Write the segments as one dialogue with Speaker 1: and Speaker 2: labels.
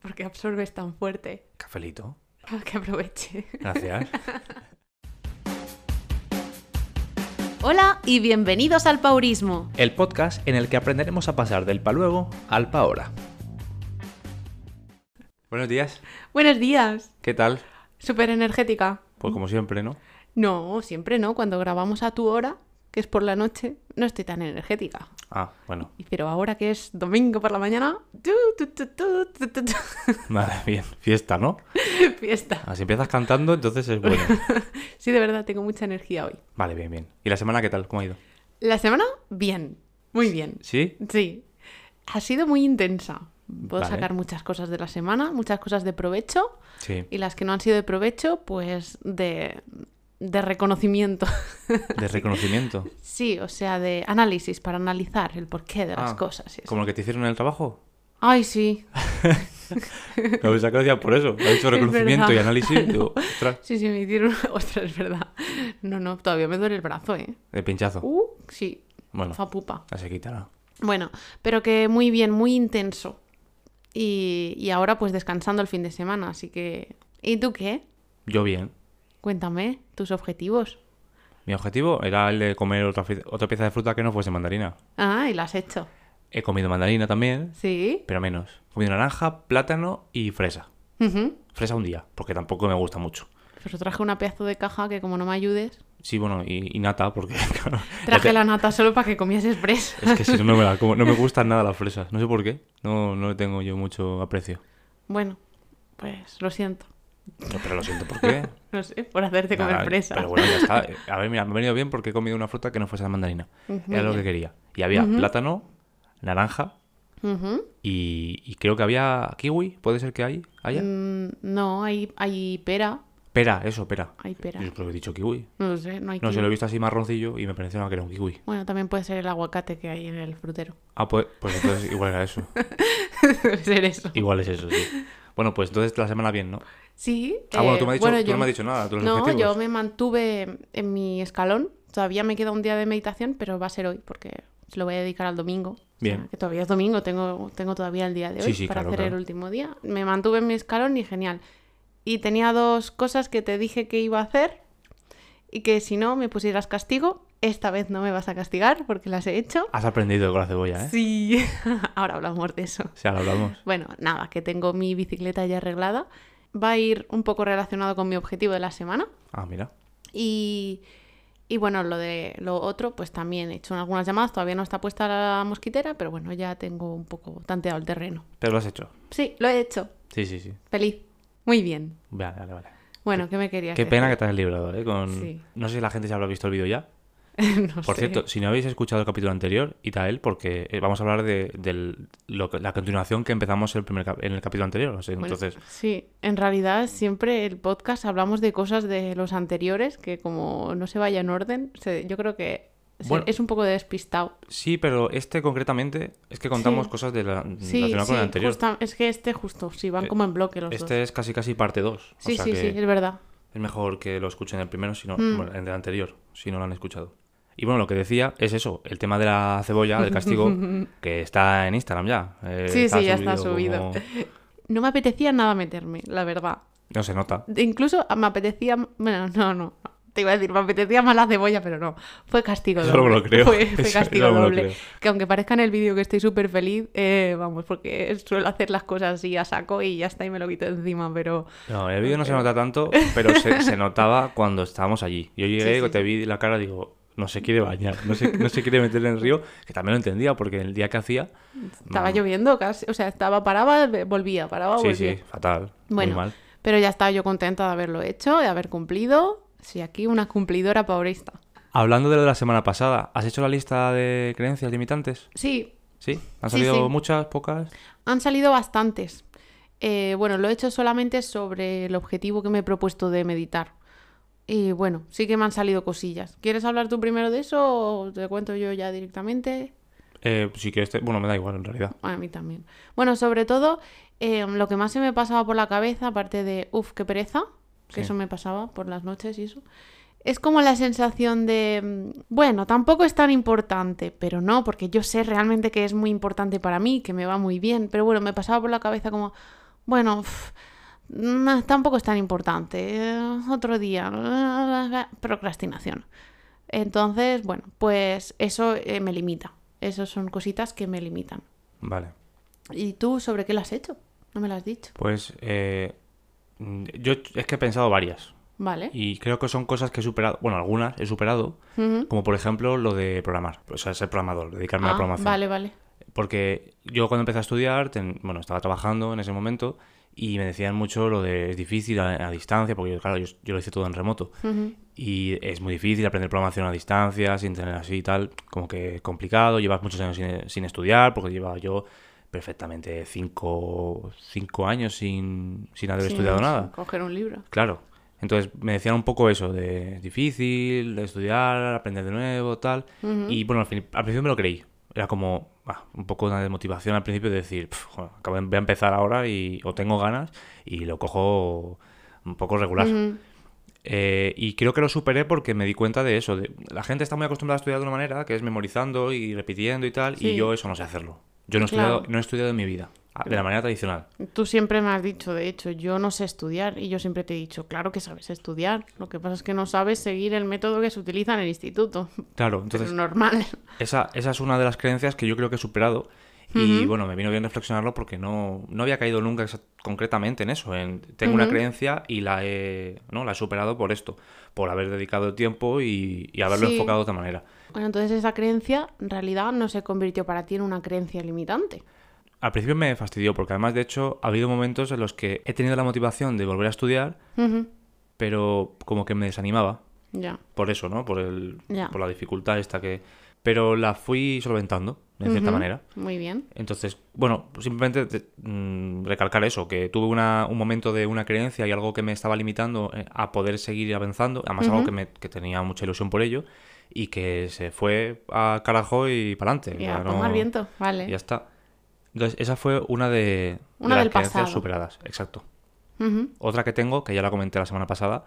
Speaker 1: ¿Por qué absorbes tan fuerte?
Speaker 2: Cafelito.
Speaker 1: Ah, que aproveche.
Speaker 2: Gracias.
Speaker 1: Hola y bienvenidos al Paurismo.
Speaker 2: El podcast en el que aprenderemos a pasar del pa luego al pa ahora. Buenos días.
Speaker 1: Buenos días.
Speaker 2: ¿Qué tal?
Speaker 1: Súper energética.
Speaker 2: Pues como siempre, ¿no?
Speaker 1: No, siempre no. Cuando grabamos a tu hora, que es por la noche, no estoy tan energética.
Speaker 2: Ah, bueno.
Speaker 1: Y Pero ahora que es domingo por la mañana, tu, tu, tu, tu, tu, tu, tu.
Speaker 2: Vale, bien. Fiesta, ¿no?
Speaker 1: fiesta.
Speaker 2: Así empiezas cantando, entonces es bueno.
Speaker 1: Sí, de verdad, tengo mucha energía hoy.
Speaker 2: Vale, bien, bien. ¿Y la semana qué tal? ¿Cómo ha ido?
Speaker 1: La semana, bien. Muy bien.
Speaker 2: ¿Sí?
Speaker 1: Sí. Ha sido muy intensa. Puedo
Speaker 2: Vale.
Speaker 1: sacar muchas cosas de la semana, muchas cosas de provecho.
Speaker 2: Sí.
Speaker 1: Y las que no han sido de provecho, pues de, de reconocimiento.
Speaker 2: De reconocimiento.
Speaker 1: sí, o sea, de análisis para analizar el porqué de las
Speaker 2: Ah,
Speaker 1: cosas. y eso.
Speaker 2: ¿Como el que te hicieron en el trabajo?
Speaker 1: Ay, sí.
Speaker 2: Me habéis sacado ya por eso. Ha dicho
Speaker 1: Es
Speaker 2: reconocimiento y
Speaker 1: verdad.
Speaker 2: análisis. Digo, ostras,
Speaker 1: Sí, sí, me hicieron. Ostras, es verdad. No, no, todavía me duele el brazo, ¿eh?
Speaker 2: de pinchazo.
Speaker 1: Uh, sí.
Speaker 2: Bueno,
Speaker 1: Fa pupa.
Speaker 2: ya se quitará.
Speaker 1: Bueno, pero que muy bien, muy intenso. Y, y ahora, pues descansando el fin de semana, así que. ¿Y tú qué?
Speaker 2: Yo bien.
Speaker 1: Cuéntame tus objetivos.
Speaker 2: Mi objetivo era el de comer otra, fi- otra pieza de fruta que no fuese mandarina.
Speaker 1: Ah, y lo has hecho.
Speaker 2: He comido mandarina también,
Speaker 1: Sí.
Speaker 2: pero menos. He comido naranja, plátano y fresa.
Speaker 1: Ujú.
Speaker 2: Fresa un día, porque tampoco me gusta mucho.
Speaker 1: Pero traje una pedazo de caja que, como no me ayudes,
Speaker 2: Sí, bueno, y, y nata, porque claro, ya
Speaker 1: Traje
Speaker 2: te-
Speaker 1: la nata solo para que comieses presa.
Speaker 2: Es que si no, no me, la como. no me gustan nada las fresas. No sé por qué. No, no le tengo yo mucho aprecio.
Speaker 1: Bueno, pues lo siento.
Speaker 2: No, pero lo siento, ¿por qué?
Speaker 1: No sé, por hacerte comer
Speaker 2: Nada,
Speaker 1: presa.
Speaker 2: Pero bueno, ya está. A ver, mira, me ha venido bien porque he comido una fruta que no fuese la mandarina.
Speaker 1: Ujú,
Speaker 2: Era lo
Speaker 1: bien.
Speaker 2: que quería. Y había plátano, naranja
Speaker 1: Ujú.
Speaker 2: y, y creo que había kiwi. ¿Puede ser que hay? ¿Haya?
Speaker 1: Mm, no, hay, hay pera.
Speaker 2: Pera, eso, pera.
Speaker 1: Hay pera.
Speaker 2: Yo creo que he dicho kiwi.
Speaker 1: No lo sé, no hay
Speaker 2: No sé,
Speaker 1: kiwi.
Speaker 2: lo he visto así marroncillo y me pareció que era un kiwi.
Speaker 1: Bueno, también puede ser el aguacate que hay en el frutero.
Speaker 2: Ah, pues, pues entonces igual era eso.
Speaker 1: Debe ser eso.
Speaker 2: Igual es eso, sí. Bueno, pues entonces la semana bien, ¿no?
Speaker 1: Sí.
Speaker 2: Ah, bueno, tú,
Speaker 1: eh,
Speaker 2: me has dicho,
Speaker 1: bueno,
Speaker 2: tú
Speaker 1: yo-
Speaker 2: no me has dicho nada. tus
Speaker 1: No,
Speaker 2: objetivos.
Speaker 1: yo me mantuve en mi escalón. Todavía me queda un día de meditación, pero va a ser hoy porque se lo voy a dedicar al domingo. O sea,
Speaker 2: Bien.
Speaker 1: que todavía es domingo, tengo, tengo todavía el día de hoy
Speaker 2: Sí, sí,
Speaker 1: para
Speaker 2: claro,
Speaker 1: hacer
Speaker 2: claro.
Speaker 1: el último día. Me mantuve en mi escalón y genial. Y tenía dos cosas que te dije que iba a hacer y que si no me pusieras castigo. Esta vez no me vas a castigar porque las he hecho.
Speaker 2: Has aprendido con la cebolla, ¿eh?
Speaker 1: Sí. Ahora hablamos de eso.
Speaker 2: O sea, lo hablamos.
Speaker 1: Bueno, nada, que tengo mi bicicleta ya arreglada. Va a ir un poco relacionado con mi objetivo de la semana.
Speaker 2: Ah, mira.
Speaker 1: Y, y bueno, lo de lo otro, pues también he hecho algunas llamadas. Todavía no está puesta la mosquitera, pero bueno, ya tengo un poco tanteado el terreno.
Speaker 2: Pero lo has hecho.
Speaker 1: Sí, lo he hecho.
Speaker 2: Sí, sí, sí.
Speaker 1: Feliz. Muy bien.
Speaker 2: Vale, vale, vale.
Speaker 1: Bueno, ¿qué me querías
Speaker 2: Qué pena que te has librado, ¿eh? Con...
Speaker 1: Sí.
Speaker 2: No sé si la gente se habrá visto el vídeo ya.
Speaker 1: que... no
Speaker 2: Por
Speaker 1: sé.
Speaker 2: cierto, si no habéis escuchado el capítulo anterior, id a él porque eh, vamos a hablar de, del- lo que- la continuación que empezamos el primer cap- en el capítulo anterior. o sea,
Speaker 1: Bueno,
Speaker 2: entonces,
Speaker 1: Sí, en realidad siempre el podcast hablamos de cosas de los anteriores que como no se vaya en orden, se- yo creo que se-
Speaker 2: Bueno.
Speaker 1: es un poco despistado.
Speaker 2: sí, pero este concretamente es que contamos
Speaker 1: Sí.
Speaker 2: cosas de la,
Speaker 1: Sí,
Speaker 2: relacionadas mm, con el
Speaker 1: sí,
Speaker 2: anterior.
Speaker 1: justa- es que este justo, sí, van
Speaker 2: Eh,
Speaker 1: como en bloque los
Speaker 2: Este
Speaker 1: dos.
Speaker 2: es casi casi parte 2.
Speaker 1: Sí,
Speaker 2: o sea
Speaker 1: sí,
Speaker 2: que
Speaker 1: sí, es verdad.
Speaker 2: Es mejor que lo escuchen el primero, si no,
Speaker 1: Mm.
Speaker 2: bueno, en el anterior, si no lo han escuchado. Y bueno, lo que decía es eso, el tema de la cebolla, del castigo, que está en Instagram ya. eh,
Speaker 1: Sí,
Speaker 2: está
Speaker 1: sí, ya está subido.
Speaker 2: como-
Speaker 1: No me apetecía nada meterme, la verdad.
Speaker 2: No se nota.
Speaker 1: De- Incluso me apetecía. Bueno, no, no. Te iba a decir, me apetecía más la cebolla, pero no. Fue castigo
Speaker 2: Eso
Speaker 1: doble.
Speaker 2: no me lo creo.
Speaker 1: Fue, fue
Speaker 2: Eso- eso
Speaker 1: castigo
Speaker 2: no me lo
Speaker 1: doble.
Speaker 2: creo.
Speaker 1: Que aunque parezca en el vídeo que estoy súper feliz, eh, vamos, porque suelo hacer las cosas así a saco y ya está y me lo quito encima, pero.
Speaker 2: No, en el vídeo no se nota tanto, pero se, se notaba cuando estábamos allí. Yo llegué,
Speaker 1: Sí, sí.
Speaker 2: te vi la cara, digo, no se quiere bañar, no se, no se quiere meter en el río, que también lo entendía, porque el día que hacía...
Speaker 1: Estaba
Speaker 2: mm,
Speaker 1: lloviendo casi. O sea, estaba, paraba, volvía, paraba,
Speaker 2: Sí,
Speaker 1: volvía.
Speaker 2: sí, fatal.
Speaker 1: Oh, pues Bueno,
Speaker 2: muy mal.
Speaker 1: pero ya estaba yo contenta de haberlo hecho, de haber cumplido. Sí, aquí una cumplidora paurista.
Speaker 2: Hablando de lo de la semana pasada, ¿has hecho la lista de creencias limitantes?
Speaker 1: Sí,
Speaker 2: ¿Sí? ¿Han
Speaker 1: Sí,
Speaker 2: salido
Speaker 1: sí.
Speaker 2: muchas, pocas?
Speaker 1: Han salido bastantes. Eh, bueno, lo he hecho solamente sobre el objetivo que me he propuesto de meditar. Y bueno, sí que me han salido cosillas. ¿Quieres hablar tú primero de eso o te cuento yo ya directamente?
Speaker 2: Eh, si quieres, te- bueno, me da igual en realidad.
Speaker 1: A mí también. Bueno, sobre todo, eh, lo que más se me pasaba por la cabeza, aparte de, uff, qué pereza, que
Speaker 2: Sí.
Speaker 1: eso me pasaba por las noches y eso, es como la sensación de, mm, bueno, tampoco es tan importante, pero no, porque yo sé realmente que es muy importante para mí, que me va muy bien, pero bueno, me pasaba por la cabeza como, Bueno, pf, nah, tampoco es tan importante. eh, otro día. Procrastinación. Entonces, bueno, pues eso eh, me limita. Esas son cositas que me limitan.
Speaker 2: Vale.
Speaker 1: ¿Y tú sobre qué lo has hecho? No me lo has dicho.
Speaker 2: Pues eh, mm, yo es que he pensado varias.
Speaker 1: Vale.
Speaker 2: Y creo que son cosas que he superado. Bueno, algunas he superado.
Speaker 1: Ujú.
Speaker 2: Como por ejemplo lo de programar. O sea, ser programador, dedicarme a la
Speaker 1: Ah,
Speaker 2: programación.
Speaker 1: Vale, vale.
Speaker 2: Porque yo cuando empecé a estudiar, ten- bueno, estaba trabajando en ese momento y me decían mucho lo de es difícil a, a distancia, porque yo, claro, yo, yo lo hice todo en remoto.
Speaker 1: Ujú.
Speaker 2: Y es muy difícil aprender programación a distancia, sin tener así y tal, como que complicado, llevas muchos años sin, sin estudiar, porque llevaba yo perfectamente cinco, cinco años sin, sin haber
Speaker 1: Sí,
Speaker 2: estudiado
Speaker 1: sí,
Speaker 2: nada.
Speaker 1: Coger un libro.
Speaker 2: Claro. Entonces me decían un poco eso, de es difícil, de estudiar, aprender de nuevo, tal.
Speaker 1: Ujú.
Speaker 2: Y bueno, al, fin- al principio me lo creí. Era como ah, un poco una desmotivación al principio de decir, "Pf, joder, acabo de- voy a empezar ahora y o tengo ganas y lo cojo un poco regular.
Speaker 1: Ujú.
Speaker 2: Eh, y creo que lo superé porque me di cuenta de eso. de- la gente está muy acostumbrada a estudiar de una manera, que es memorizando y repitiendo y tal, y
Speaker 1: Sí.
Speaker 2: yo eso no sé hacerlo. Yo no he,
Speaker 1: Claro.
Speaker 2: estudiado, no he estudiado en mi vida, a- de la manera tradicional.
Speaker 1: Tú siempre me has dicho, de hecho, yo no sé estudiar y yo siempre te he dicho, claro que sabes estudiar, lo que pasa es que no sabes seguir el método que se utiliza en el instituto,
Speaker 2: Claro,
Speaker 1: pero
Speaker 2: entonces
Speaker 1: normal.
Speaker 2: esa, esa es una de las creencias que yo creo que he superado. Y bueno, me vino bien reflexionarlo porque no, no había caído nunca exa- concretamente en eso. En, tengo una creencia y la he, ¿no? la he superado por esto, por haber dedicado tiempo y, y haberlo
Speaker 1: Sí.
Speaker 2: enfocado de otra manera.
Speaker 1: Bueno, entonces esa creencia en realidad no se convirtió para ti en una creencia limitante.
Speaker 2: Al principio me fastidió porque además de hecho ha habido momentos en los que he tenido la motivación de volver a estudiar,
Speaker 1: Ujú,
Speaker 2: pero como que me desanimaba.
Speaker 1: Ya.
Speaker 2: Por eso, ¿no? Por, el,
Speaker 1: Ya.
Speaker 2: por la dificultad esta que... Pero la fui solventando, de cierta
Speaker 1: Ujú,
Speaker 2: manera.
Speaker 1: Muy bien.
Speaker 2: Entonces, bueno, pues simplemente te- mm, recalcar eso, que tuve una- un momento de una creencia y algo que me estaba limitando eh, a poder seguir avanzando, además algo que, me- que tenía mucha ilusión por ello, y que se fue a carajo y para adelante.
Speaker 1: Y a tomar viento, vale.
Speaker 2: Ya está. Entonces, esa fue una de, de
Speaker 1: Una
Speaker 2: las
Speaker 1: del
Speaker 2: creencias
Speaker 1: pasado.
Speaker 2: superadas, exacto.
Speaker 1: Ujú,
Speaker 2: Otra que tengo, que ya la comenté la semana pasada,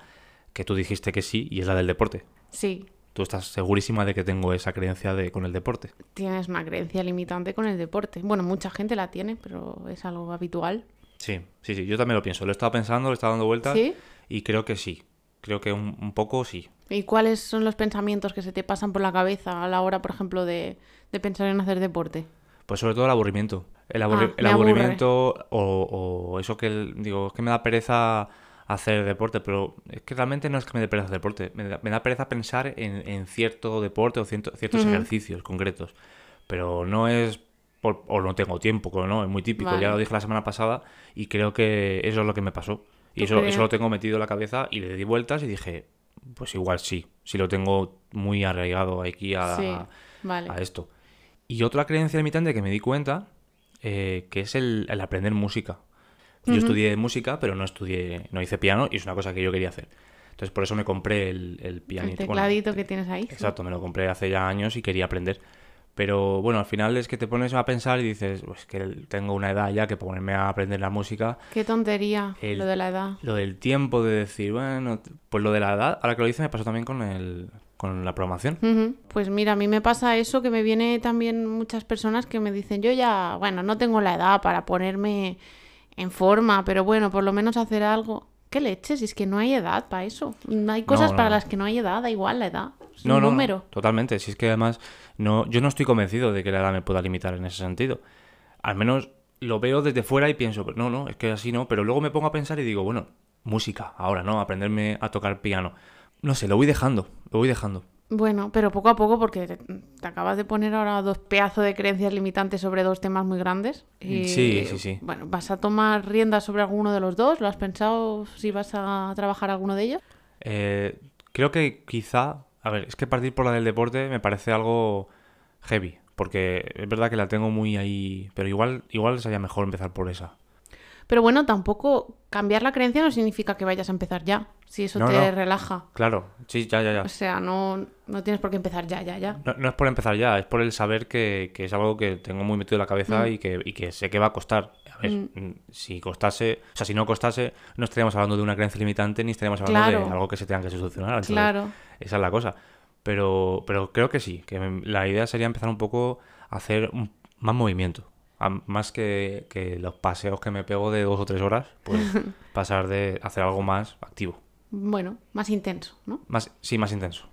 Speaker 2: que tú dijiste que sí, y es la del deporte.
Speaker 1: Sí,
Speaker 2: Tú estás segurísima de que tengo esa creencia de, con el deporte.
Speaker 1: tienes una creencia limitante con el deporte. Bueno, mucha gente la tiene, pero es algo habitual.
Speaker 2: Sí, sí, sí, yo también lo pienso. Lo he estado pensando, le he estado dando vueltas
Speaker 1: ¿Sí?
Speaker 2: y creo que sí. Creo que un, un poco sí.
Speaker 1: ¿Y cuáles son los pensamientos que se te pasan por la cabeza a la hora, por ejemplo, de, de pensar en hacer deporte?
Speaker 2: Pues sobre todo el aburrimiento. El, aburri-
Speaker 1: Ah,
Speaker 2: el
Speaker 1: me aburre.
Speaker 2: aburrimiento o, o eso que el- digo, es que me da pereza hacer deporte, pero es que realmente no es que me dé pereza hacer deporte, me da, me da pereza pensar en, en cierto deporte o ciento- ciertos
Speaker 1: Ujú.
Speaker 2: ejercicios concretos, pero no es por- o no tengo tiempo, co- no, es muy típico,
Speaker 1: Vale.
Speaker 2: ya lo dije la semana pasada y creo que eso es lo que me pasó. Y
Speaker 1: ¿Tú
Speaker 2: eso,
Speaker 1: crees?
Speaker 2: eso lo tengo metido en la cabeza y le di vueltas y dije, pues igual sí, si lo tengo muy arraigado aquí Ah, a,
Speaker 1: sí, vale.
Speaker 2: a esto. Y otra creencia limitante que me di cuenta, eh, que es el, el aprender música. Yo estudié música, pero no estudié, no hice piano y es una cosa que yo quería hacer. Entonces por eso me compré el, el
Speaker 1: El
Speaker 2: pianito. bueno, eh,
Speaker 1: tecladito que tienes ahí. sí.
Speaker 2: Exacto, me lo compré hace ya años y quería aprender. Pero bueno, al final es que te pones a pensar y dices, pues que tengo una edad ya que ponerme a aprender la música.
Speaker 1: Qué tontería
Speaker 2: El-
Speaker 1: lo de la edad.
Speaker 2: Lo del tiempo de decir, bueno, pues lo de la edad, ahora que lo hice me pasó también con, el, con la programación.
Speaker 1: Ujú. Pues mira, a mí me pasa eso que me viene también muchas personas que me dicen, yo ya, bueno, no tengo la edad para ponerme en forma, pero bueno, por lo menos hacer algo. ¿Qué leches? Si es que no hay edad para eso. Hay cosas
Speaker 2: no,
Speaker 1: para
Speaker 2: no.
Speaker 1: las que no hay edad, da igual la edad. Es
Speaker 2: No,
Speaker 1: un
Speaker 2: no,
Speaker 1: número.
Speaker 2: no, totalmente. Si es que además no, yo no estoy convencido de que la edad me pueda limitar en ese sentido. Al menos lo veo desde fuera y pienso, "Pues no, no, es que así no. Pero luego me pongo a pensar y digo, bueno, música, ahora no, aprenderme a tocar piano. No sé, lo voy dejando, lo voy dejando.
Speaker 1: Bueno, pero poco a poco, porque te, te acabas de poner ahora dos pedazos de creencias limitantes sobre dos temas muy grandes. y,
Speaker 2: Sí, sí, sí.
Speaker 1: Bueno, ¿vas a tomar riendas sobre alguno de los dos? ¿Lo has pensado si vas a trabajar alguno de ellos?
Speaker 2: Eh, creo que quizá, a ver, es que partir por la del deporte me parece algo heavy. Porque es verdad que la tengo muy ahí, pero igual, igual sería mejor empezar por esa.
Speaker 1: Pero bueno, tampoco cambiar la creencia no significa que vayas a empezar ya, si eso
Speaker 2: No,
Speaker 1: te
Speaker 2: no. Ah.
Speaker 1: relaja.
Speaker 2: Claro, sí, ya, ya, ya.
Speaker 1: O sea, no, no tienes por qué empezar ya, ya, ya.
Speaker 2: No, no es por empezar ya, es por el saber que, que es algo que tengo muy metido en la cabeza
Speaker 1: Mm.
Speaker 2: y, que, y que sé que va a costar. A ver, mm, si costase, o sea, si no costase, no estaríamos hablando de una creencia limitante ni estaríamos hablando de
Speaker 1: Claro.
Speaker 2: algo que se tenga que solucionar. Entonces,
Speaker 1: Claro.
Speaker 2: Esa es la cosa. Pero, pero creo que sí, que me- la idea sería empezar un poco a hacer un- más movimiento. A- Más que, que los paseos que me pego de dos o tres horas, pues pasar de hacer algo más activo.
Speaker 1: Bueno, más intenso, ¿no?
Speaker 2: Más, sí, más intenso.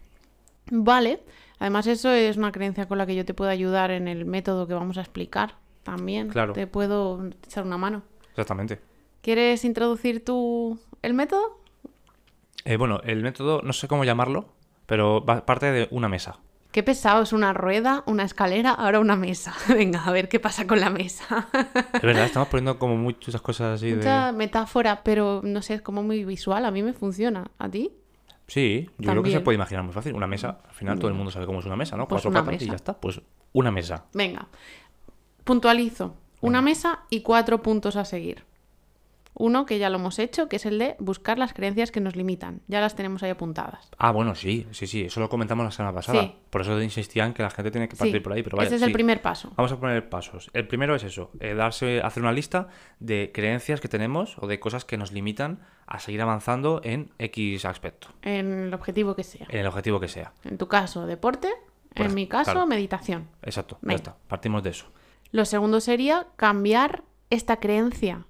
Speaker 1: Vale. Además, eso es una creencia con la que yo te puedo ayudar en el método que vamos a explicar también.
Speaker 2: Claro.
Speaker 1: Te puedo echar una mano.
Speaker 2: Exactamente.
Speaker 1: ¿Quieres introducir tú el método?
Speaker 2: Eh, bueno, el método, no sé cómo llamarlo, pero va- parte de una mesa.
Speaker 1: Qué pesado, es una rueda, una escalera, ahora una mesa. Venga, a ver qué pasa con la mesa.
Speaker 2: Es verdad, estamos poniendo como muchas cosas así
Speaker 1: Mucha
Speaker 2: de...
Speaker 1: metáfora, pero no sé, es como muy visual, a mí me funciona. ¿A ti?
Speaker 2: Sí, yo creo que se
Speaker 1: También. Mm.
Speaker 2: puede imaginar muy fácil. Una mesa, al final todo el mundo sabe cómo es una mesa, ¿no?
Speaker 1: Pues
Speaker 2: Cuatro
Speaker 1: una
Speaker 2: patas y
Speaker 1: mesa.
Speaker 2: ya está. Pues una mesa.
Speaker 1: Venga, puntualizo. Una mesa y cuatro puntos a seguir. Uno que ya lo hemos hecho, que es el de buscar las creencias que nos limitan. Ya las tenemos ahí apuntadas.
Speaker 2: Ah, bueno, sí, sí, sí, eso lo comentamos la semana pasada.
Speaker 1: Sí.
Speaker 2: Por eso insistían que la gente tiene que partir
Speaker 1: Sí,
Speaker 2: por ahí, pero vaya,
Speaker 1: ese es el
Speaker 2: sí.
Speaker 1: primer paso.
Speaker 2: Vamos a poner pasos. El primero es eso, eh, darse, hacer una lista de creencias que tenemos o de cosas que nos limitan a seguir avanzando en X aspecto,
Speaker 1: En el objetivo que sea.
Speaker 2: en el objetivo que sea.
Speaker 1: En tu caso, deporte.
Speaker 2: Pues,
Speaker 1: en mi caso,
Speaker 2: claro.
Speaker 1: meditación.
Speaker 2: Exacto, ya
Speaker 1: Venga.
Speaker 2: está. Partimos de eso.
Speaker 1: Lo segundo sería cambiar esta creencia,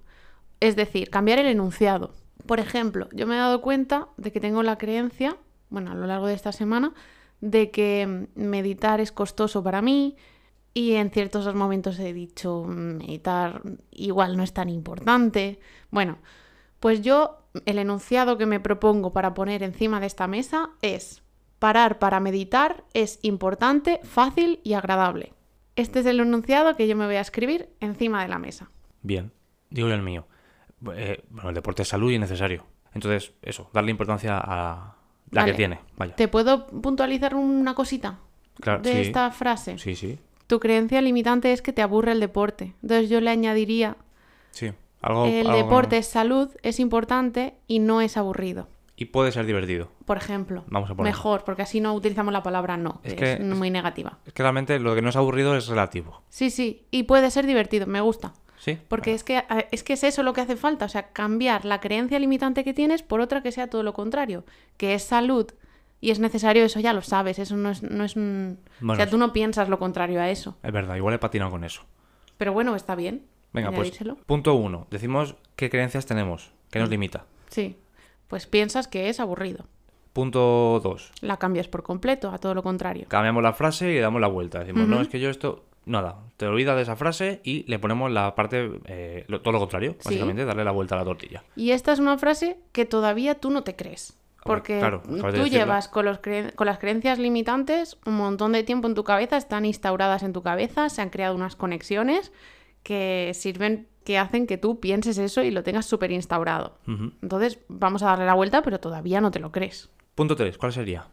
Speaker 1: es decir, cambiar el enunciado. Por ejemplo, yo me he dado cuenta de que tengo la creencia, bueno, a lo largo de esta semana, de que mm, meditar es costoso para mí y en ciertos momentos he dicho mm, meditar igual no es tan importante. Bueno, pues yo el enunciado que me propongo para poner encima de esta mesa es parar para meditar es importante, fácil y agradable. Este es el enunciado que yo me voy a escribir encima de la mesa.
Speaker 2: Bien, digo yo el mío. Eh, bueno, el deporte es salud y necesario. Entonces, eso, darle importancia a la
Speaker 1: Vale.
Speaker 2: que tiene. Vaya.
Speaker 1: ¿Te puedo puntualizar una cosita
Speaker 2: Claro,
Speaker 1: de
Speaker 2: sí.
Speaker 1: esta frase?
Speaker 2: Sí, sí,
Speaker 1: Tu creencia limitante es que te aburre el deporte. Entonces yo le añadiría,
Speaker 2: sí. Algo,
Speaker 1: el
Speaker 2: Oh, algo-
Speaker 1: deporte es salud, es importante y no es aburrido.
Speaker 2: Y puede ser divertido.
Speaker 1: Por ejemplo,
Speaker 2: Vamos a poner-
Speaker 1: mejor, porque así no utilizamos la palabra no,
Speaker 2: Es
Speaker 1: que
Speaker 2: que-
Speaker 1: es muy negativa.
Speaker 2: Es que realmente lo que no es aburrido es relativo.
Speaker 1: Sí, sí, y puede ser divertido, me gusta.
Speaker 2: ¿Sí?
Speaker 1: Porque es que, a- es que es eso lo que hace falta, o sea, cambiar la creencia limitante que tienes por otra que sea todo lo contrario, que es salud y es necesario, eso ya lo sabes, eso no es... No es un-
Speaker 2: Bueno,
Speaker 1: o sea,
Speaker 2: sí.
Speaker 1: tú no piensas lo contrario a eso.
Speaker 2: Es verdad, igual he patinado con eso.
Speaker 1: Pero bueno, está bien.
Speaker 2: Venga, pues.
Speaker 1: añadírselo.
Speaker 2: Punto uno. Decimos qué creencias tenemos, qué nos limita.
Speaker 1: Sí, pues piensas que es aburrido.
Speaker 2: Punto dos.
Speaker 1: La cambias por completo, a todo lo contrario.
Speaker 2: Cambiamos la frase y le damos la vuelta. Decimos, no,
Speaker 1: Ujú.
Speaker 2: es que yo esto. Nada, te olvidas de esa frase y le ponemos la parte. eh, lo- todo lo contrario,
Speaker 1: Sí.
Speaker 2: básicamente, darle la vuelta a la tortilla.
Speaker 1: Y esta es una frase que todavía tú no te crees.
Speaker 2: Hombre,
Speaker 1: Porque
Speaker 2: claro, acabas de
Speaker 1: tú
Speaker 2: decirla.
Speaker 1: llevas con, los cre- con las creencias limitantes un montón de tiempo en tu cabeza, están instauradas en tu cabeza, se han creado unas conexiones que sirven, que hacen que tú pienses eso y lo tengas súper instaurado.
Speaker 2: Ujú.
Speaker 1: Entonces vamos a darle la vuelta, pero todavía no te lo crees.
Speaker 2: Punto 3, ¿cuál sería?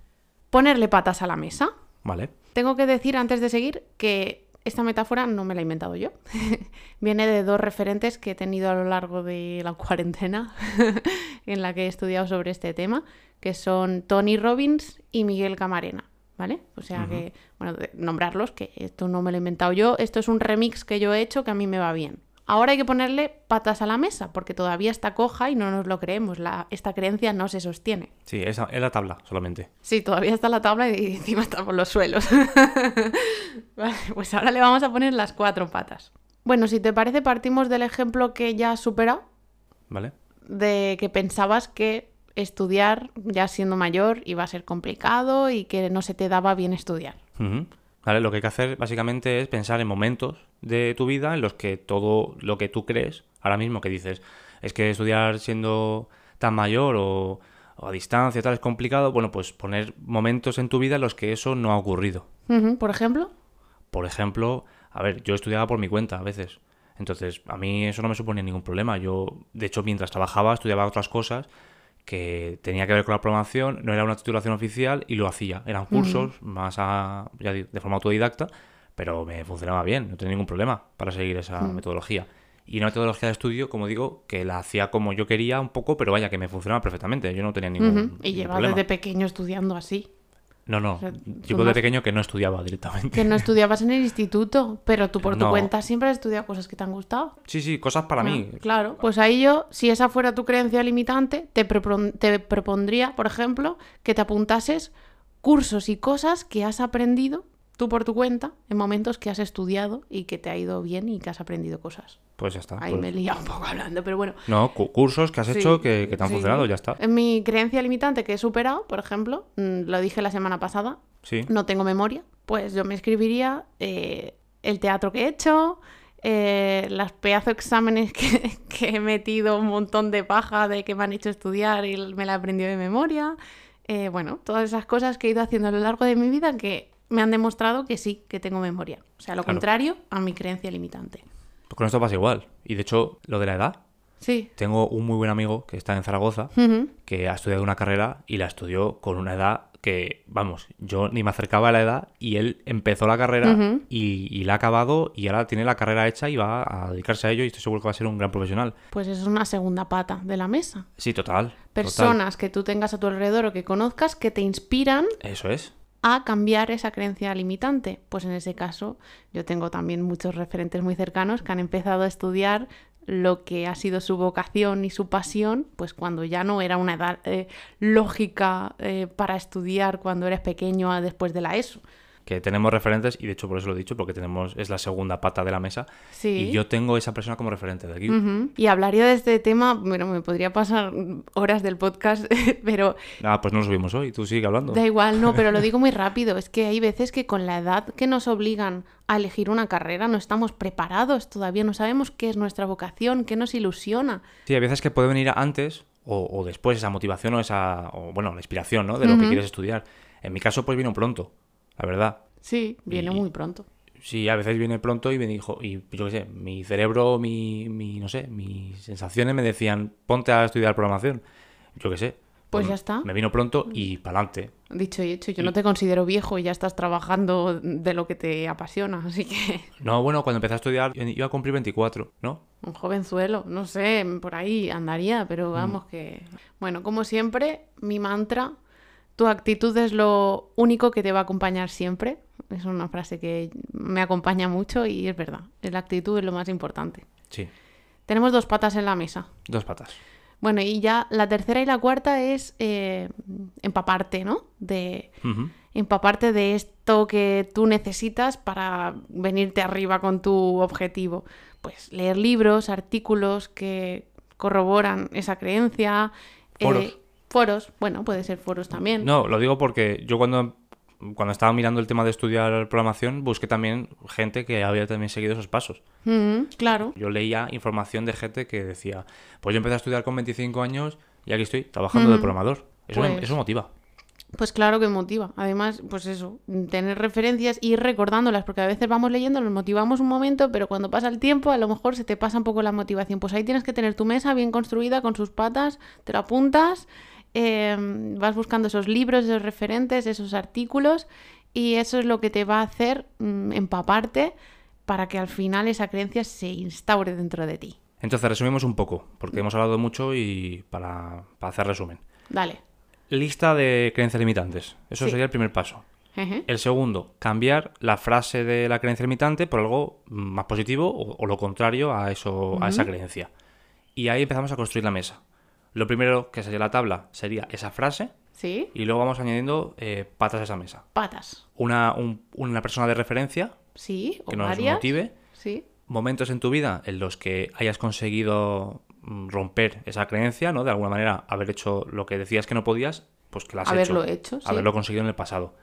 Speaker 1: Ponerle patas a la mesa.
Speaker 2: Vale.
Speaker 1: Tengo que decir antes de seguir que esta metáfora no me la he inventado yo. Viene de dos referentes que he tenido a lo largo de la cuarentena en la que he estudiado sobre este tema, que son Tony Robbins y Miguel Camarena. ¿Vale? O sea que, bueno, de- nombrarlos, que esto no me lo he inventado yo, esto es un remix que yo he hecho que a mí me va bien. Ahora hay que ponerle patas a la mesa, porque todavía está coja y no nos lo creemos, la- esta creencia no se sostiene.
Speaker 2: Sí, esa es la tabla solamente.
Speaker 1: Sí, todavía está la tabla y encima está por los suelos. vale, pues ahora le vamos a poner las cuatro patas. Bueno, si te parece, partimos del ejemplo que ya has superado,
Speaker 2: ¿Vale?
Speaker 1: de que pensabas que estudiar ya siendo mayor iba a ser complicado y que no se te daba bien estudiar.
Speaker 2: Ujú. Vale, lo que hay que hacer básicamente es pensar en momentos de tu vida en los que todo lo que tú crees, ahora mismo que dices, es que estudiar siendo tan mayor o, o a distancia y tal es complicado, bueno, pues poner momentos en tu vida en los que eso no ha ocurrido.
Speaker 1: Ujú, Por ejemplo,
Speaker 2: Por ejemplo, a ver, yo estudiaba por mi cuenta a veces. Entonces, a mí eso no me suponía ningún problema. Yo, de hecho, mientras trabajaba, estudiaba otras cosas que tenía que ver con la programación, no era una titulación oficial y lo hacía. Eran cursos más a- ya di- de forma autodidacta, pero me funcionaba bien, no tenía ningún problema para seguir esa
Speaker 1: Hmm.
Speaker 2: metodología. Y una metodología de estudio, como digo, que la hacía como yo quería un poco, pero vaya, que me funcionaba perfectamente. Yo no tenía ningún,
Speaker 1: Ujú, y
Speaker 2: ningún
Speaker 1: llevas
Speaker 2: problema.
Speaker 1: desde pequeño estudiando así.
Speaker 2: No, no.
Speaker 1: sea, tú
Speaker 2: Yo de
Speaker 1: más-
Speaker 2: pequeño que no estudiaba directamente.
Speaker 1: Que no estudiabas en el instituto, pero tú por tu
Speaker 2: No.
Speaker 1: cuenta siempre has estudiado cosas que te han gustado.
Speaker 2: Sí, sí, cosas para mí.
Speaker 1: Ah, Claro, pues ahí yo, si esa fuera tu creencia limitante, te, propon- te propondría, por ejemplo, que te apuntases cursos y cosas que has aprendido tú por tu cuenta en momentos que has estudiado y que te ha ido bien y que has aprendido cosas.
Speaker 2: Pues ya está.
Speaker 1: Ahí
Speaker 2: pues- Ah.
Speaker 1: me he liado un poco hablando, pero bueno.
Speaker 2: No, cu- cursos que has
Speaker 1: Sí,
Speaker 2: hecho que, que te han
Speaker 1: sí. Eh,
Speaker 2: funcionado, ya está.
Speaker 1: En mi creencia limitante que he superado, por ejemplo, mm, lo dije la semana pasada,
Speaker 2: Sí.
Speaker 1: no tengo memoria, pues yo me escribiría eh, el teatro que he hecho, eh, las pedazo de exámenes que, que he metido un montón de paja de que me han hecho estudiar y me la he aprendido de memoria. Eh, bueno, todas esas cosas que he ido haciendo a lo largo de mi vida que me han demostrado que sí, que tengo memoria. O sea, lo
Speaker 2: Claro.
Speaker 1: contrario a mi creencia limitante.
Speaker 2: Pues con esto pasa igual. Y de hecho, lo de la edad.
Speaker 1: Sí.
Speaker 2: Tengo un muy buen amigo que está en Zaragoza,
Speaker 1: Ujú.
Speaker 2: que ha estudiado una carrera y la estudió con una edad que, vamos, yo ni me acercaba a la edad y él empezó la carrera
Speaker 1: Ujú.
Speaker 2: y, y la ha acabado y ahora tiene la carrera hecha y va a dedicarse a ello y estoy seguro que va a ser un gran profesional.
Speaker 1: Pues eso es una segunda pata de la mesa.
Speaker 2: Sí, total. total.
Speaker 1: Personas que tú tengas a tu alrededor o que conozcas que te inspiran
Speaker 2: Eso es.
Speaker 1: a cambiar esa creencia limitante. Pues en ese caso, yo tengo también muchos referentes muy cercanos que han empezado a estudiar lo que ha sido su vocación y su pasión, pues cuando ya no era una edad eh, lógica eh, para estudiar cuando eres pequeño a después de la ESO.
Speaker 2: Que tenemos referentes y de hecho por eso lo he dicho, porque tenemos es la segunda pata de la mesa
Speaker 1: Sí.
Speaker 2: y yo tengo esa persona como referente de aquí.
Speaker 1: Ujú. Y hablaría de este tema, bueno, me podría pasar horas del podcast, pero
Speaker 2: Ah, pues no lo subimos hoy, tú sigue hablando.
Speaker 1: Da igual, no, pero lo digo muy rápido. Es que hay veces que con la edad que nos obligan a elegir una carrera no estamos preparados todavía, no sabemos qué es nuestra vocación, qué nos ilusiona.
Speaker 2: Sí, hay veces que puede venir antes o, o después esa motivación o esa, o, bueno, la inspiración, ¿no? De lo que quieres estudiar. En mi caso, pues vino pronto, la verdad.
Speaker 1: Sí, viene
Speaker 2: Y-
Speaker 1: muy pronto.
Speaker 2: Sí, a veces viene pronto y me dijo, y yo qué sé, mi cerebro, mi, mi, no sé, mis sensaciones me decían, ponte a estudiar programación. Yo qué sé.
Speaker 1: Pues ya está.
Speaker 2: Me vino pronto y para adelante.
Speaker 1: Dicho y hecho, yo no te considero viejo y ya estás trabajando de lo que te apasiona, así que
Speaker 2: No, bueno, cuando empecé a estudiar iba a cumplir 24, ¿no?
Speaker 1: un jovenzuelo, no sé, por ahí andaría, pero vamos que... Bueno, como siempre, mi mantra, tu actitud es lo único que te va a acompañar siempre. Es una frase que me acompaña mucho y es verdad, la actitud es lo más importante.
Speaker 2: Sí,
Speaker 1: Tenemos dos patas en la mesa.
Speaker 2: dos patas.
Speaker 1: Bueno, y ya la tercera y la cuarta es eh, empaparte, ¿no? De
Speaker 2: Ujú.
Speaker 1: empaparte de esto que tú necesitas para venirte arriba con tu objetivo. Pues leer libros, artículos que corroboran esa creencia. eh,
Speaker 2: Foros.
Speaker 1: foros, bueno, puede ser foros también.
Speaker 2: No, lo digo porque yo cuando, cuando estaba mirando el tema de estudiar programación, busqué también gente que había también seguido esos pasos.
Speaker 1: Ujú, claro.
Speaker 2: Yo leía información de gente que decía, pues yo empecé a estudiar con 25 años y aquí estoy, trabajando de
Speaker 1: Ujú.
Speaker 2: programador. Eso, me-
Speaker 1: Pues-
Speaker 2: eso motiva.
Speaker 1: Pues claro que motiva. Además, pues eso, tener referencias y ir recordándolas, porque a veces vamos leyendo, nos motivamos un momento, pero cuando pasa el tiempo, a lo mejor se te pasa un poco la motivación. Pues ahí tienes que tener tu mesa bien construida, con sus patas, te lo apuntas, eh, vas buscando esos libros, esos referentes, esos artículos, y eso es lo que te va a hacer mm, empaparte para que al final esa creencia se instaure dentro de ti.
Speaker 2: Entonces, resumimos un poco, porque hemos hablado mucho y para, para hacer resumen.
Speaker 1: Dale.
Speaker 2: Lista de creencias limitantes. Eso
Speaker 1: Sí.
Speaker 2: sería el primer paso.
Speaker 1: Jeje.
Speaker 2: El segundo, cambiar la frase de la creencia limitante por algo más positivo o, o lo contrario a, eso, a esa creencia. Y ahí empezamos a construir la mesa. Lo primero que sería la tabla sería esa frase
Speaker 1: ¿Sí?
Speaker 2: y luego vamos añadiendo eh, patas a esa mesa.
Speaker 1: Patas.
Speaker 2: Una, un- una persona de referencia
Speaker 1: ¿Sí? ¿O
Speaker 2: que nos
Speaker 1: varias?
Speaker 2: motive.
Speaker 1: ¿Sí?
Speaker 2: Momentos en tu vida en los que hayas conseguido mm, romper esa creencia, ¿no? De alguna manera, haber hecho lo que decías que no podías, pues que la has
Speaker 1: Haberlo
Speaker 2: hecho.
Speaker 1: hecho, sí.
Speaker 2: Haberlo conseguido en el pasado.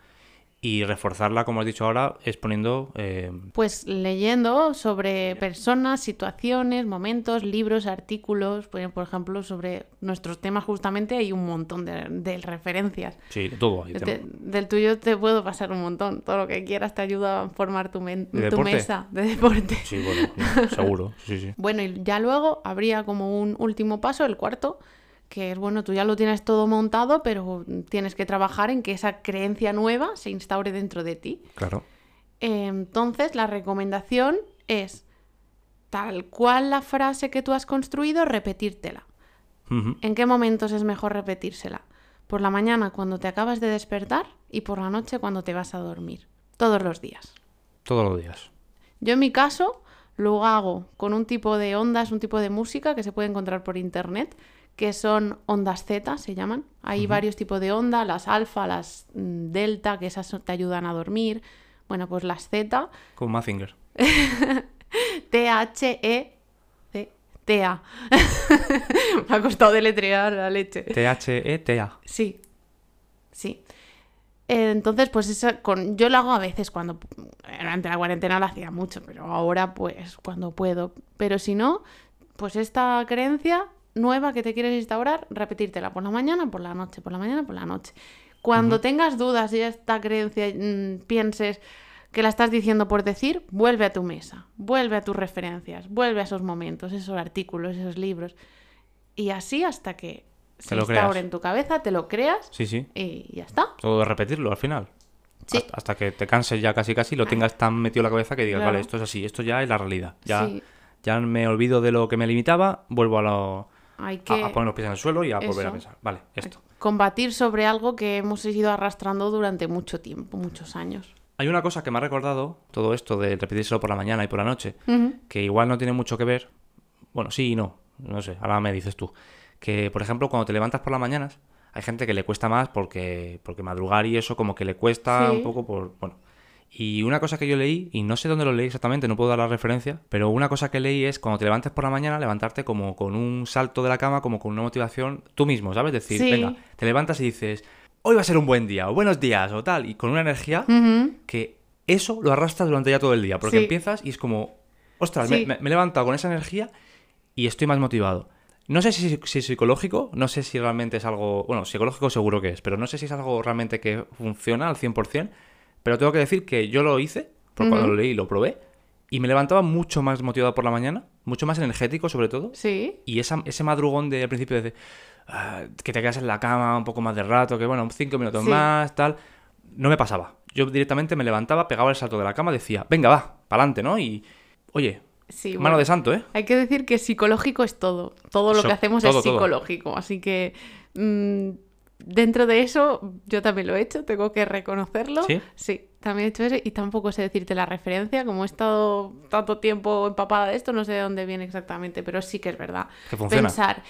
Speaker 2: Y reforzarla, como has dicho ahora, es poniendo eh,
Speaker 1: Pues leyendo sobre personas, situaciones, momentos, libros, artículos, pues, por ejemplo, sobre nuestros temas justamente hay un montón de, de referencias.
Speaker 2: Sí, de todo. hay
Speaker 1: Yo
Speaker 2: tema.
Speaker 1: te- del tuyo te puedo pasar un montón, todo lo que quieras te ayuda a formar tu, men-
Speaker 2: ¿De
Speaker 1: tu
Speaker 2: deporte?
Speaker 1: mesa de deporte.
Speaker 2: Sí, bueno, no, seguro. Sí, sí.
Speaker 1: Bueno, y ya luego habría como un último paso, el cuarto, que es, bueno, tú ya lo tienes todo montado, pero tienes que trabajar en que esa creencia nueva se instaure dentro de ti.
Speaker 2: Claro.
Speaker 1: Entonces, la recomendación es, tal cual la frase que tú has construido, repetírtela.
Speaker 2: Ujú.
Speaker 1: ¿En qué momentos es mejor repetírsela? Por la mañana cuando te acabas de despertar y por la noche cuando te vas a dormir. Todos los días.
Speaker 2: Todos los días.
Speaker 1: Yo en mi caso lo hago con un tipo de ondas, un tipo de música que se puede encontrar por internet, que son ondas Z, se llaman. Hay varios tipos de onda, las alfa, las mm, delta, que esas te ayudan a dormir. Bueno, pues las Z,
Speaker 2: Con Mazinger.
Speaker 1: E T-H-E-C, T-A. Me ha costado deletrear la leche.
Speaker 2: T-H-E-T-A.
Speaker 1: Sí, sí. Eh, Entonces, pues esa, con, yo lo hago a veces cuando durante la cuarentena lo hacía mucho, pero ahora pues cuando puedo. Pero si no, pues esta creencia nueva que te quieres instaurar, repetírtela por la mañana, por la noche, por la mañana, por la noche. Cuando tengas dudas y esta creencia mm, pienses que la estás diciendo por decir, vuelve a tu mesa, vuelve a tus referencias, vuelve a esos momentos, esos artículos, esos libros. Y así hasta que se
Speaker 2: Te lo
Speaker 1: instaure
Speaker 2: creas.
Speaker 1: en tu cabeza, te lo creas
Speaker 2: Sí, sí.
Speaker 1: y ya está.
Speaker 2: Todo repetirlo al final.
Speaker 1: Sí. Ah.
Speaker 2: Hasta, hasta que te canses ya casi casi, lo tengas tan metido en la cabeza que digas,
Speaker 1: Claro.
Speaker 2: vale, esto es así, esto ya es la realidad. Ya,
Speaker 1: Sí.
Speaker 2: ya me olvido de lo que me limitaba, vuelvo a, lo,
Speaker 1: Hay
Speaker 2: a-
Speaker 1: que
Speaker 2: a, poner los pies en el suelo y a volver
Speaker 1: Eso.
Speaker 2: a pensar. Vale, esto.
Speaker 1: combatir sobre algo que hemos ido arrastrando durante mucho tiempo, muchos años.
Speaker 2: Hay una cosa que me ha recordado todo esto de repetírselo por la mañana y por la noche, que igual no tiene mucho que ver. Bueno, sí y no, no sé, ahora me dices tú. Que, por ejemplo, cuando te levantas por las mañanas, hay gente que le cuesta más porque, porque madrugar y eso como que le cuesta
Speaker 1: Sí.
Speaker 2: un poco por... Bueno. Y una cosa que yo leí, y no sé dónde lo leí exactamente, no puedo dar la referencia, pero una cosa que leí es cuando te levantes por la mañana, levantarte como con un salto de la cama, como con una motivación tú mismo, ¿sabes? Decir,
Speaker 1: Sí.
Speaker 2: venga, te levantas y dices, hoy va a ser un buen día, o buenos días, o tal, y con una energía
Speaker 1: Ujú.
Speaker 2: que eso lo arrastras durante ya todo el día, porque
Speaker 1: Sí.
Speaker 2: empiezas y es como, ostras,
Speaker 1: Sí.
Speaker 2: me, me- me he levantado con esa energía y estoy más motivado. No sé si, si es psicológico, no sé si realmente es algo, bueno, psicológico seguro que es, pero no sé si es algo realmente que funciona al 100%, pero tengo que decir que yo lo hice, porque cuando
Speaker 1: Ujú.
Speaker 2: lo leí lo probé, y me levantaba mucho más motivado por la mañana, mucho más energético sobre todo,
Speaker 1: Sí.
Speaker 2: y esa- ese madrugón de al principio de ah, que te quedas en la cama un poco más de rato, que bueno, cinco minutos
Speaker 1: Sí.
Speaker 2: más, tal, no me pasaba. Yo directamente me levantaba, pegaba el salto de la cama, decía, venga, va, pa'lante, ¿no? Y, oye,
Speaker 1: Sí,
Speaker 2: mano
Speaker 1: bueno.
Speaker 2: de santo, ¿eh?
Speaker 1: Hay que decir que psicológico es todo. Todo lo
Speaker 2: Eso,
Speaker 1: que hacemos
Speaker 2: todo,
Speaker 1: es
Speaker 2: todo.
Speaker 1: psicológico. Así que mm, dentro de eso yo también lo he hecho, tengo que reconocerlo.
Speaker 2: ¿Sí?
Speaker 1: también he hecho eso y tampoco sé decirte la referencia. Como he estado tanto tiempo empapada de esto, no sé de dónde viene exactamente, pero sí que es verdad.
Speaker 2: Que funciona.
Speaker 1: Pensar,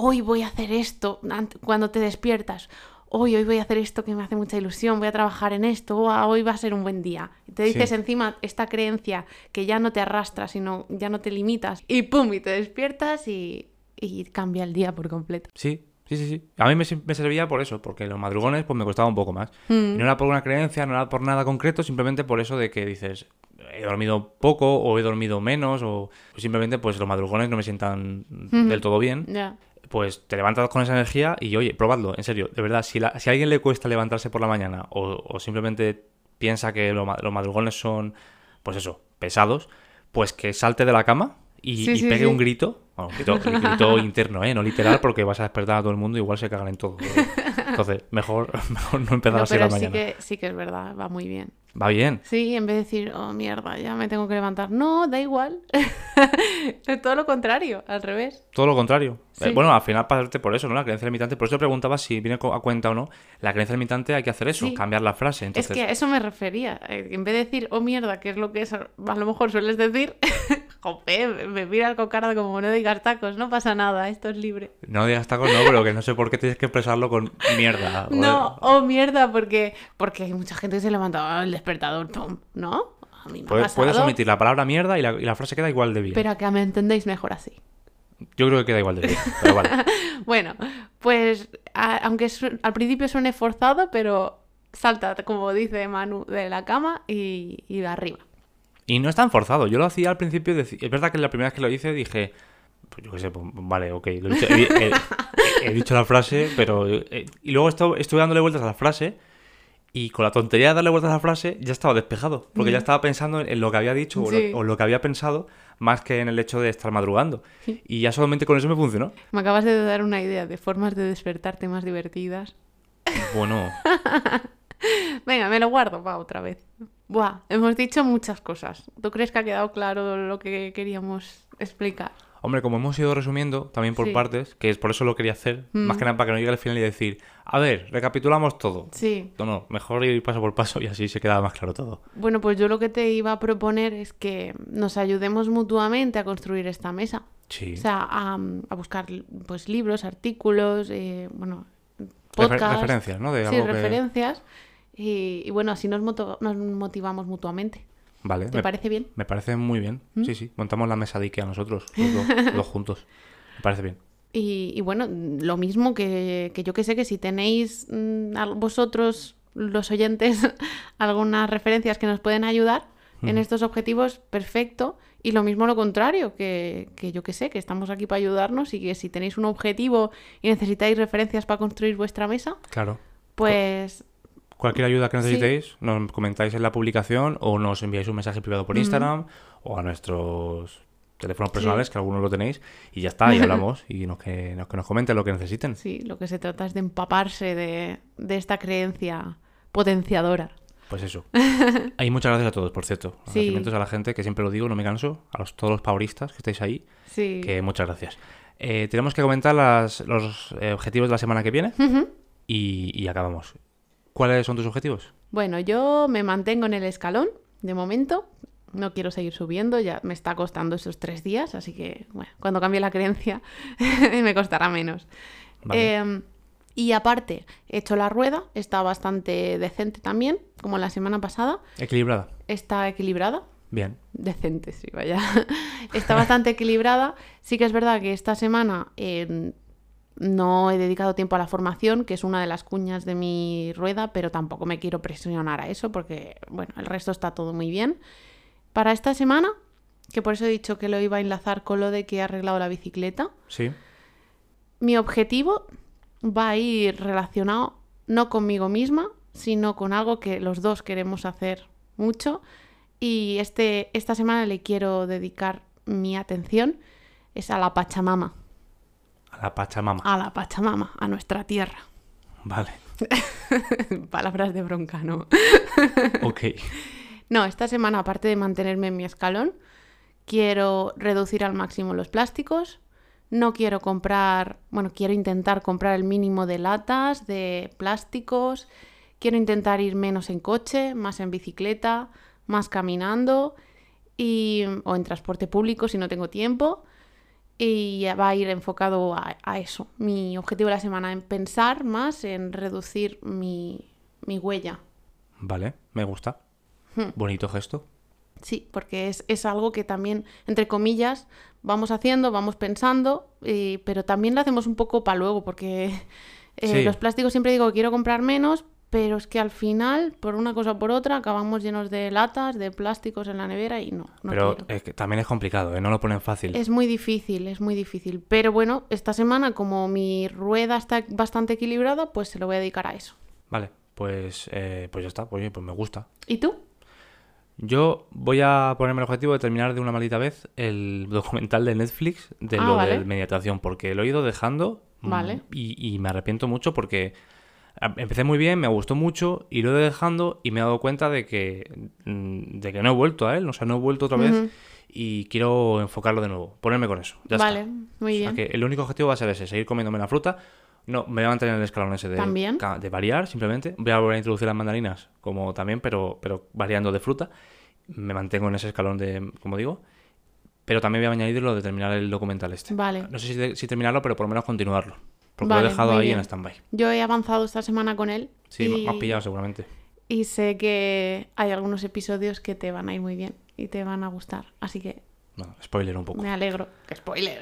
Speaker 1: hoy voy a hacer esto ant- cuando te despiertas. Hoy, hoy voy a hacer esto que me hace mucha ilusión, voy a trabajar en esto, ¡guau! hoy va a ser un buen día. Y Te
Speaker 2: Sí.
Speaker 1: dices encima esta creencia que ya no te arrastra, sino ya no te limitas. Y pum, y te despiertas y, y cambia el día por completo.
Speaker 2: Sí, sí, sí, sí. A mí me, sir- me servía por eso, porque los madrugones pues me costaba un poco más.
Speaker 1: Mm.
Speaker 2: Y no era por una creencia, no era por nada concreto, simplemente por eso de que dices, he dormido poco o he dormido menos o simplemente pues los madrugones no me sientan
Speaker 1: Hmm.
Speaker 2: del todo bien.
Speaker 1: Ya.
Speaker 2: pues te levantas con esa energía y oye, probadlo, en serio, de verdad, si, la- si a alguien le cuesta levantarse por la mañana o, o simplemente piensa que lo ma- los madrugones son, pues eso, pesados, pues que salte de la cama y,
Speaker 1: Sí,
Speaker 2: y
Speaker 1: sí,
Speaker 2: pegue
Speaker 1: sí.
Speaker 2: un grito, bueno, un grito, un grito interno, ¿eh? no literal, porque vas a despertar a todo el mundo y igual se cagan en todo. Entonces, mejor, mejor no empezar
Speaker 1: No,
Speaker 2: a las seis de
Speaker 1: pero
Speaker 2: la
Speaker 1: sí
Speaker 2: mañana.
Speaker 1: que, sí que es verdad, va muy bien.
Speaker 2: Va bien,
Speaker 1: Sí, en vez de decir, oh mierda, ya me tengo que levantar. No, da igual. es todo lo contrario, al revés.
Speaker 2: todo lo contrario.
Speaker 1: Sí.
Speaker 2: Eh, bueno, al final pasarte por eso, ¿no? La creencia limitante, por eso te preguntaba si viene co- a cuenta o no. La creencia limitante hay que hacer eso,
Speaker 1: Sí.
Speaker 2: cambiar la frase. Entonces,
Speaker 1: Es que a eso me refería. eh, En vez de decir, oh mierda, que es lo que es, a lo mejor sueles decir, jope, me miran con cara de como no digas tacos, no pasa nada, esto es libre.
Speaker 2: No digas tacos, no, pero que no sé por qué tienes que expresarlo con mierda. joder.
Speaker 1: No, oh mierda, porque, porque hay mucha gente que se levanta al despertador, pum, ¿no? A mí me ha
Speaker 2: Puedes, puedes
Speaker 1: pasado,
Speaker 2: omitir la palabra mierda y la, y la frase queda igual de bien.
Speaker 1: Pero que me entendéis mejor así.
Speaker 2: Yo creo que queda igual de bien. Pero vale.
Speaker 1: Bueno, pues a- aunque su- al principio suene forzado, pero salta, como dice Manu, de la cama y, y de arriba.
Speaker 2: Y no es tan forzado. Yo lo hacía al principio. deci- Es verdad que la primera vez que lo hice dije. Pues yo qué sé, pues, vale, ok. lo he, dicho, he- he- he dicho la frase, pero. eh, y luego esto- estuve dándole vueltas a la frase. Y con la tontería de darle vueltas a la frase, ya estaba despejado. Porque ya estaba pensando en lo que había dicho o, lo-
Speaker 1: Sí.
Speaker 2: o lo que había pensado, más que en el hecho de estar madrugando. Y ya solamente con eso me funcionó.
Speaker 1: Me acabas de dar una idea de formas de despertarte más divertidas.
Speaker 2: Bueno.
Speaker 1: Venga, me lo guardo para otra vez. Buah, hemos dicho muchas cosas. ¿Tú crees que ha quedado claro lo que queríamos explicar?
Speaker 2: Hombre, como hemos ido resumiendo, también por
Speaker 1: Sí. Mm.
Speaker 2: partes, que es por eso lo quería hacer, más que nada para que no llegue al final y decir, a ver, recapitulamos todo.
Speaker 1: Sí.
Speaker 2: No, no, mejor ir paso por paso y así se queda más claro todo.
Speaker 1: Bueno, pues yo lo que te iba a proponer es que nos ayudemos mutuamente a construir esta mesa.
Speaker 2: Sí.
Speaker 1: O sea, a, a buscar pues libros, artículos, eh, bueno,
Speaker 2: Refer-
Speaker 1: podcasts.
Speaker 2: referencias, ¿no? De
Speaker 1: sí,
Speaker 2: algo que-
Speaker 1: referencias. Y, y bueno, así nos, moto- nos motivamos mutuamente.
Speaker 2: Vale,
Speaker 1: ¿Te ¿Mm?
Speaker 2: me,
Speaker 1: parece bien?
Speaker 2: me parece muy bien. Sí, sí, montamos la mesa de Ikea nosotros, los dos, los dos juntos. Me parece bien.
Speaker 1: Y, y bueno, mm, lo mismo que, que yo que sé que si tenéis mm, al- vosotros, los oyentes, algunas referencias que nos pueden ayudar en estos objetivos, perfecto. Y lo mismo lo contrario, que, que yo que sé, que estamos aquí para ayudarnos y que si tenéis un objetivo y necesitáis referencias para construir vuestra mesa,
Speaker 2: Claro.
Speaker 1: pues
Speaker 2: Cualquier ayuda que
Speaker 1: Sí.
Speaker 2: necesitéis, nos comentáis en la publicación o nos enviáis un mensaje privado
Speaker 1: Mm.
Speaker 2: por Instagram o a nuestros teléfonos personales, que algunos lo tenéis, y ya está, y hablamos, y nos, que, nos, que nos comenten lo que necesiten.
Speaker 1: sí, lo que se trata es de empaparse de, de esta creencia potenciadora.
Speaker 2: Pues eso. Hay muchas gracias a todos, por cierto. Agradecimientos a la gente, que siempre lo digo, no me canso, a los, todos los pauristas que estáis ahí,
Speaker 1: Sí.
Speaker 2: que muchas gracias. Eh, tenemos que comentar las- los eh, objetivos de la semana que viene
Speaker 1: Ujú.
Speaker 2: y, y acabamos. ¿Cuáles son tus objetivos?
Speaker 1: Bueno, yo me mantengo en el escalón de momento. No quiero seguir subiendo, ya me está costando esos tres días, así que bueno, cuando cambie la creencia me costará menos.
Speaker 2: Vale.
Speaker 1: Eh, y aparte, he hecho la rueda, está bastante decente también, como la semana pasada,
Speaker 2: Equilibrada.
Speaker 1: está equilibrada,
Speaker 2: Bien.
Speaker 1: decente, sí, vaya. Está bastante equilibrada. Sí que es verdad que esta semana eh, no he dedicado tiempo a la formación, que es una de las cuñas de mi rueda, pero tampoco me quiero presionar a eso porque, bueno, el resto está todo muy bien. Para esta semana, que por eso he dicho que lo iba a enlazar con lo de que he arreglado la bicicleta,
Speaker 2: Sí.
Speaker 1: mi objetivo va a ir relacionado no conmigo misma, sino con algo que los dos queremos hacer mucho. Y este, esta semana le quiero dedicar mi atención es a la Pachamama, ah.
Speaker 2: A la Pachamama.
Speaker 1: a la Pachamama, a nuestra tierra.
Speaker 2: Vale.
Speaker 1: Palabras de bronca, ¿no?
Speaker 2: Ok.
Speaker 1: No, esta semana, aparte de mantenerme en mi escalón, quiero reducir al máximo los plásticos. No quiero comprar, bueno, quiero intentar comprar el mínimo de latas, de plásticos. Quiero intentar ir menos en coche, más en bicicleta, más caminando y, o en transporte público si no tengo tiempo. Y va a ir enfocado a, a eso. Mi objetivo de la semana en pensar más en reducir mi, mi huella
Speaker 2: Vale. Me gusta.
Speaker 1: Hmm.
Speaker 2: Bonito gesto.
Speaker 1: Sí, porque es, es algo que también, entre comillas, vamos haciendo, vamos pensando, eh, pero también lo hacemos un poco para luego, porque eh,
Speaker 2: Sí.
Speaker 1: los plásticos siempre digo, quiero comprar menos, pero es que al final, por una cosa o por otra, acabamos llenos de latas, de plásticos en la nevera y no, no
Speaker 2: Pero
Speaker 1: quiero.
Speaker 2: es que también es complicado, ¿eh? No lo ponen fácil.
Speaker 1: Es muy difícil, es muy difícil. Pero bueno, esta semana, como mi rueda está bastante equilibrada, pues se lo voy a dedicar a eso.
Speaker 2: Vale. Pues, eh, pues ya está. Oye, pues me gusta.
Speaker 1: ¿Y tú?
Speaker 2: Yo voy a ponerme el objetivo de terminar de una maldita vez el documental de Netflix de
Speaker 1: Ah,
Speaker 2: lo
Speaker 1: vale.
Speaker 2: de meditación, porque lo he ido dejando mm,
Speaker 1: Vale.
Speaker 2: y, y me arrepiento mucho porque a- empecé muy bien, me gustó mucho y lo he ido dejando y me he dado cuenta de que, mm, de que no he vuelto a él, o sea, no he vuelto otra vez
Speaker 1: Ujú.
Speaker 2: y quiero enfocarlo de nuevo, ponerme con eso. Ya
Speaker 1: vale,
Speaker 2: está.
Speaker 1: muy
Speaker 2: O sea
Speaker 1: bien.
Speaker 2: que el único objetivo va a ser ese, seguir comiéndome la fruta. No, me voy a mantener en el escalón ese de,
Speaker 1: También.
Speaker 2: ca- de variar, simplemente. Voy a volver a introducir las mandarinas, como también, pero, pero variando de fruta. Me mantengo en ese escalón de, como digo. Pero también voy a añadir lo de terminar el documental este.
Speaker 1: Vale.
Speaker 2: No sé si, de- si terminarlo, pero por lo menos continuarlo. Porque lo
Speaker 1: Vale,
Speaker 2: he dejado
Speaker 1: muy
Speaker 2: ahí
Speaker 1: bien.
Speaker 2: en stand-by.
Speaker 1: Yo he avanzado esta semana con él.
Speaker 2: Sí,
Speaker 1: y-
Speaker 2: me has pillado seguramente.
Speaker 1: Y sé que hay algunos episodios que te van a ir muy bien y te van a gustar. Así que
Speaker 2: Bueno, spoiler un poco.
Speaker 1: me alegro. ¡Qué spoiler!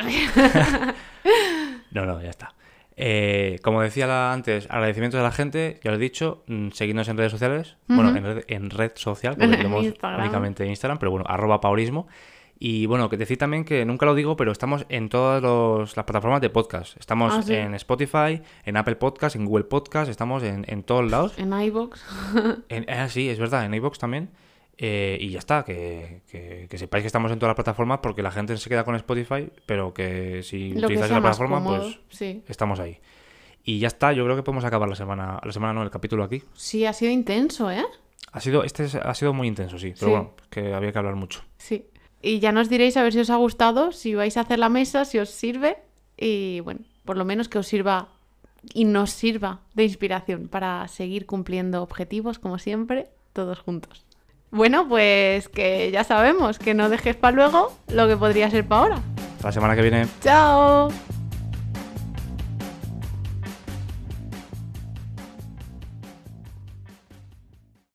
Speaker 2: No, no, ya está. Eh, como decía la- antes, agradecimientos a la gente, ya lo he dicho, mm, seguidnos en redes sociales, bueno, en red, en red social, porque
Speaker 1: En
Speaker 2: tenemos
Speaker 1: Instagram.
Speaker 2: únicamente Instagram, pero bueno, arroba paurismo. Y bueno, que decir también que nunca lo digo, pero estamos en todas los- las plataformas de podcast. Estamos
Speaker 1: Ah, sí.
Speaker 2: en Spotify, en Apple Podcast, en Google Podcast, estamos en, en todos lados.
Speaker 1: en iBox.
Speaker 2: En- ah, sí, es verdad, en iVoox también. Eh, y ya está, que, que- que sepáis que estamos en todas las plataformas porque la gente se queda con Spotify, pero que si
Speaker 1: lo que
Speaker 2: utilizáis
Speaker 1: sea
Speaker 2: la
Speaker 1: más
Speaker 2: plataforma,
Speaker 1: cómodo.
Speaker 2: pues
Speaker 1: Sí.
Speaker 2: estamos ahí. Y ya está, yo creo que podemos acabar la semana, la semana no, el capítulo aquí.
Speaker 1: sí, ha sido intenso, ¿eh?
Speaker 2: Ha sido, este es- ha sido muy intenso, sí, pero
Speaker 1: Sí.
Speaker 2: bueno, es que había que hablar mucho.
Speaker 1: Sí. Y ya nos diréis a ver si os ha gustado, si vais a hacer la mesa, si os sirve. Y bueno, por lo menos que os sirva y nos sirva de inspiración para seguir cumpliendo objetivos, como siempre, todos juntos. Bueno, pues que ya sabemos que no dejes para luego lo que podría ser para ahora.
Speaker 2: Hasta la semana que viene.
Speaker 1: ¡Chao!